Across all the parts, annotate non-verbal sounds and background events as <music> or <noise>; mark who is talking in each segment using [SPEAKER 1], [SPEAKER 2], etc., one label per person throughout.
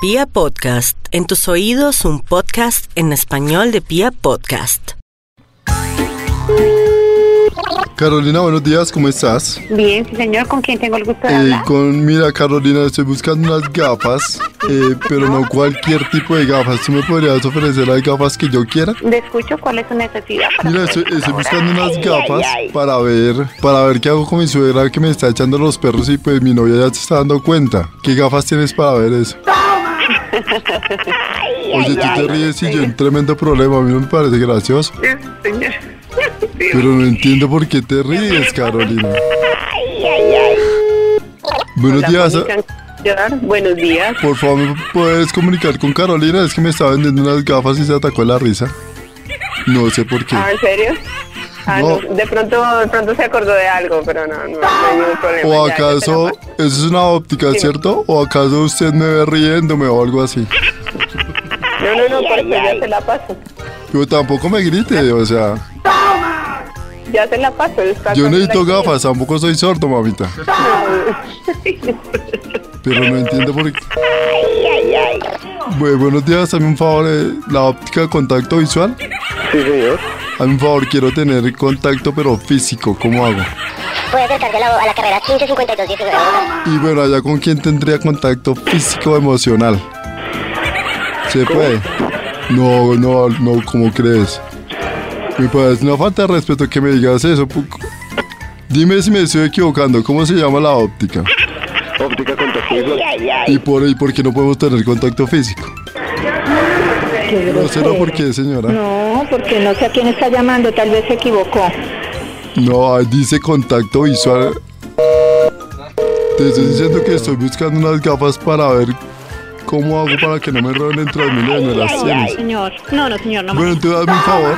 [SPEAKER 1] Pia Podcast, en tus oídos un podcast en español de Pia Podcast.
[SPEAKER 2] Carolina, buenos días, ¿cómo estás?
[SPEAKER 3] Bien, sí señor, ¿con quién tengo el gusto de
[SPEAKER 2] Eh,
[SPEAKER 3] hablar?
[SPEAKER 2] con, mira, Carolina, estoy buscando unas gafas, eh, pero no cualquier tipo de gafas. ¿Tú me podrías ofrecer las gafas que yo quiera?
[SPEAKER 3] Le escucho, ¿cuál es su necesidad? para
[SPEAKER 2] Mira,
[SPEAKER 3] poder
[SPEAKER 2] estoy, estoy buscando
[SPEAKER 3] colaborar?
[SPEAKER 2] unas
[SPEAKER 3] Ay,
[SPEAKER 2] gafas
[SPEAKER 3] ay, ay.
[SPEAKER 2] para ver, para ver qué hago con mi suegra que me está echando los perros y pues mi novia ya se está dando cuenta. ¿Qué gafas tienes para ver
[SPEAKER 3] <laughs>
[SPEAKER 2] eso? Oye, tú te ríes y yo un tremendo problema, a mí no me parece gracioso.
[SPEAKER 3] Señor.
[SPEAKER 2] Pero no entiendo por qué te ríes, Carolina. Buenos
[SPEAKER 3] La
[SPEAKER 2] días.
[SPEAKER 3] comunican- Señor, Buenos días.
[SPEAKER 2] Por favor, ¿me puedes comunicar con Carolina? Es que me estaba vendiendo unas gafas y se atacó la risa. No sé por qué.
[SPEAKER 3] Ah, ¿en serio? Ah,
[SPEAKER 2] No.
[SPEAKER 3] no, De pronto, de pronto se acordó de algo, pero no, no, no hay ningún problema.
[SPEAKER 2] ¿O
[SPEAKER 3] ya, ya se
[SPEAKER 2] acaso
[SPEAKER 3] la
[SPEAKER 2] eso es una óptica, cierto? ¿O acaso usted me ve riéndome o algo así?
[SPEAKER 3] paso. No, no, no, por eso ya se la paso.
[SPEAKER 2] Pero tampoco me grite, o sea,
[SPEAKER 3] Ya se la paso. es para cuando
[SPEAKER 2] yo
[SPEAKER 3] la
[SPEAKER 2] necesito
[SPEAKER 3] quiera.
[SPEAKER 2] gafas, tampoco soy sordo, mamita. Pero no entiendo por qué. Bueno, buenos días, hazme un favor, eh, la óptica contacto visual.
[SPEAKER 4] Sí, señor.
[SPEAKER 2] Hazme un favor, quiero tener contacto, pero físico, ¿cómo hago?
[SPEAKER 5] Puede acercarse a la, a la carrera 1552 19.
[SPEAKER 2] Y bueno, allá con quién tendría contacto físico emocional. ¿Se puede? No, no, no, ¿cómo crees? Me parece una falta de respeto que me digas eso. pu- Dime si me estoy equivocando, ¿cómo se llama la óptica?
[SPEAKER 4] Óptica contacto visual.
[SPEAKER 2] ¿Y por, y por qué no podemos tener contacto físico? No sé no por qué, señora.
[SPEAKER 6] No, porque no sé a quién está llamando, tal vez se equivocó.
[SPEAKER 2] No, ahí dice contacto visual. Te estoy diciendo que estoy buscando unas gafas para ver cómo hago para que no me roben dentro de mil de las tienes.
[SPEAKER 6] Señor, no, no, señor, no.
[SPEAKER 2] Bueno, tú hazme un favor.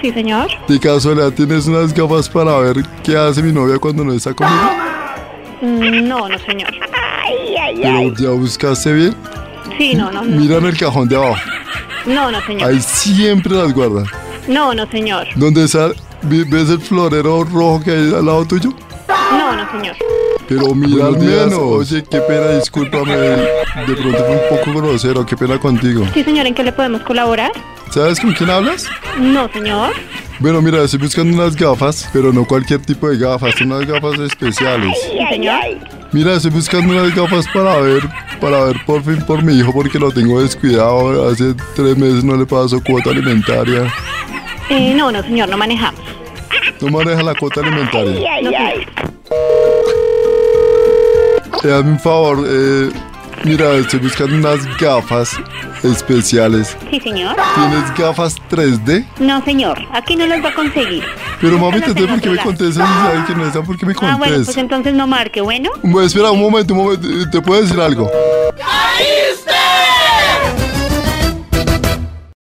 [SPEAKER 6] Sí, señor.
[SPEAKER 2] De casualidad, ¿tienes unas gafas para ver qué hace mi novia cuando no está conmigo?
[SPEAKER 6] Mm, No, no, señor.
[SPEAKER 2] Pero ya buscaste bien.
[SPEAKER 6] Sí, no, no. No,
[SPEAKER 2] Mira en el cajón de abajo.
[SPEAKER 6] no, no, señor.
[SPEAKER 2] Ahí siempre las guardas.
[SPEAKER 6] No, no, señor.
[SPEAKER 2] ¿Dónde está? vi- ¿Ves el florero rojo que hay al lado tuyo?
[SPEAKER 6] No, no, señor.
[SPEAKER 2] Pero mira al menos. Oye, qué pena, discúlpame. De pronto fue un poco grosero. Qué pena contigo.
[SPEAKER 6] Sí, señor, ¿en qué le podemos colaborar?
[SPEAKER 2] ¿Sabes con quién hablas?
[SPEAKER 6] No, señor.
[SPEAKER 2] Bueno, mira, estoy buscando unas gafas, pero no cualquier tipo de gafas, son unas gafas especiales.
[SPEAKER 6] Sí, señor.
[SPEAKER 2] Mira, estoy buscando unas gafas para ver, para ver por fin por mi hijo porque lo tengo descuidado. Hace tres meses no le paso cuota alimentaria.
[SPEAKER 6] Eh, no, no, señor, no manejamos.
[SPEAKER 2] No maneja la cuota alimentaria.
[SPEAKER 6] No, señor.
[SPEAKER 2] Eh, hazme un favor, eh, mira, estoy buscando unas gafas especiales.
[SPEAKER 6] Sí, señor.
[SPEAKER 2] ¿Tienes gafas 3D?
[SPEAKER 6] No, señor. Aquí no los va a conseguir.
[SPEAKER 2] Pero mami,
[SPEAKER 6] Búscalas en
[SPEAKER 2] entonces ¿por qué me
[SPEAKER 6] otro lado.
[SPEAKER 2] contestas? Si sabes que no están, ¿por qué me
[SPEAKER 6] Ah, bueno, pues
[SPEAKER 2] contestas?
[SPEAKER 6] entonces no marque, ¿bueno?
[SPEAKER 2] Bueno, espera un momento, un momento, eh, te puedo decir algo.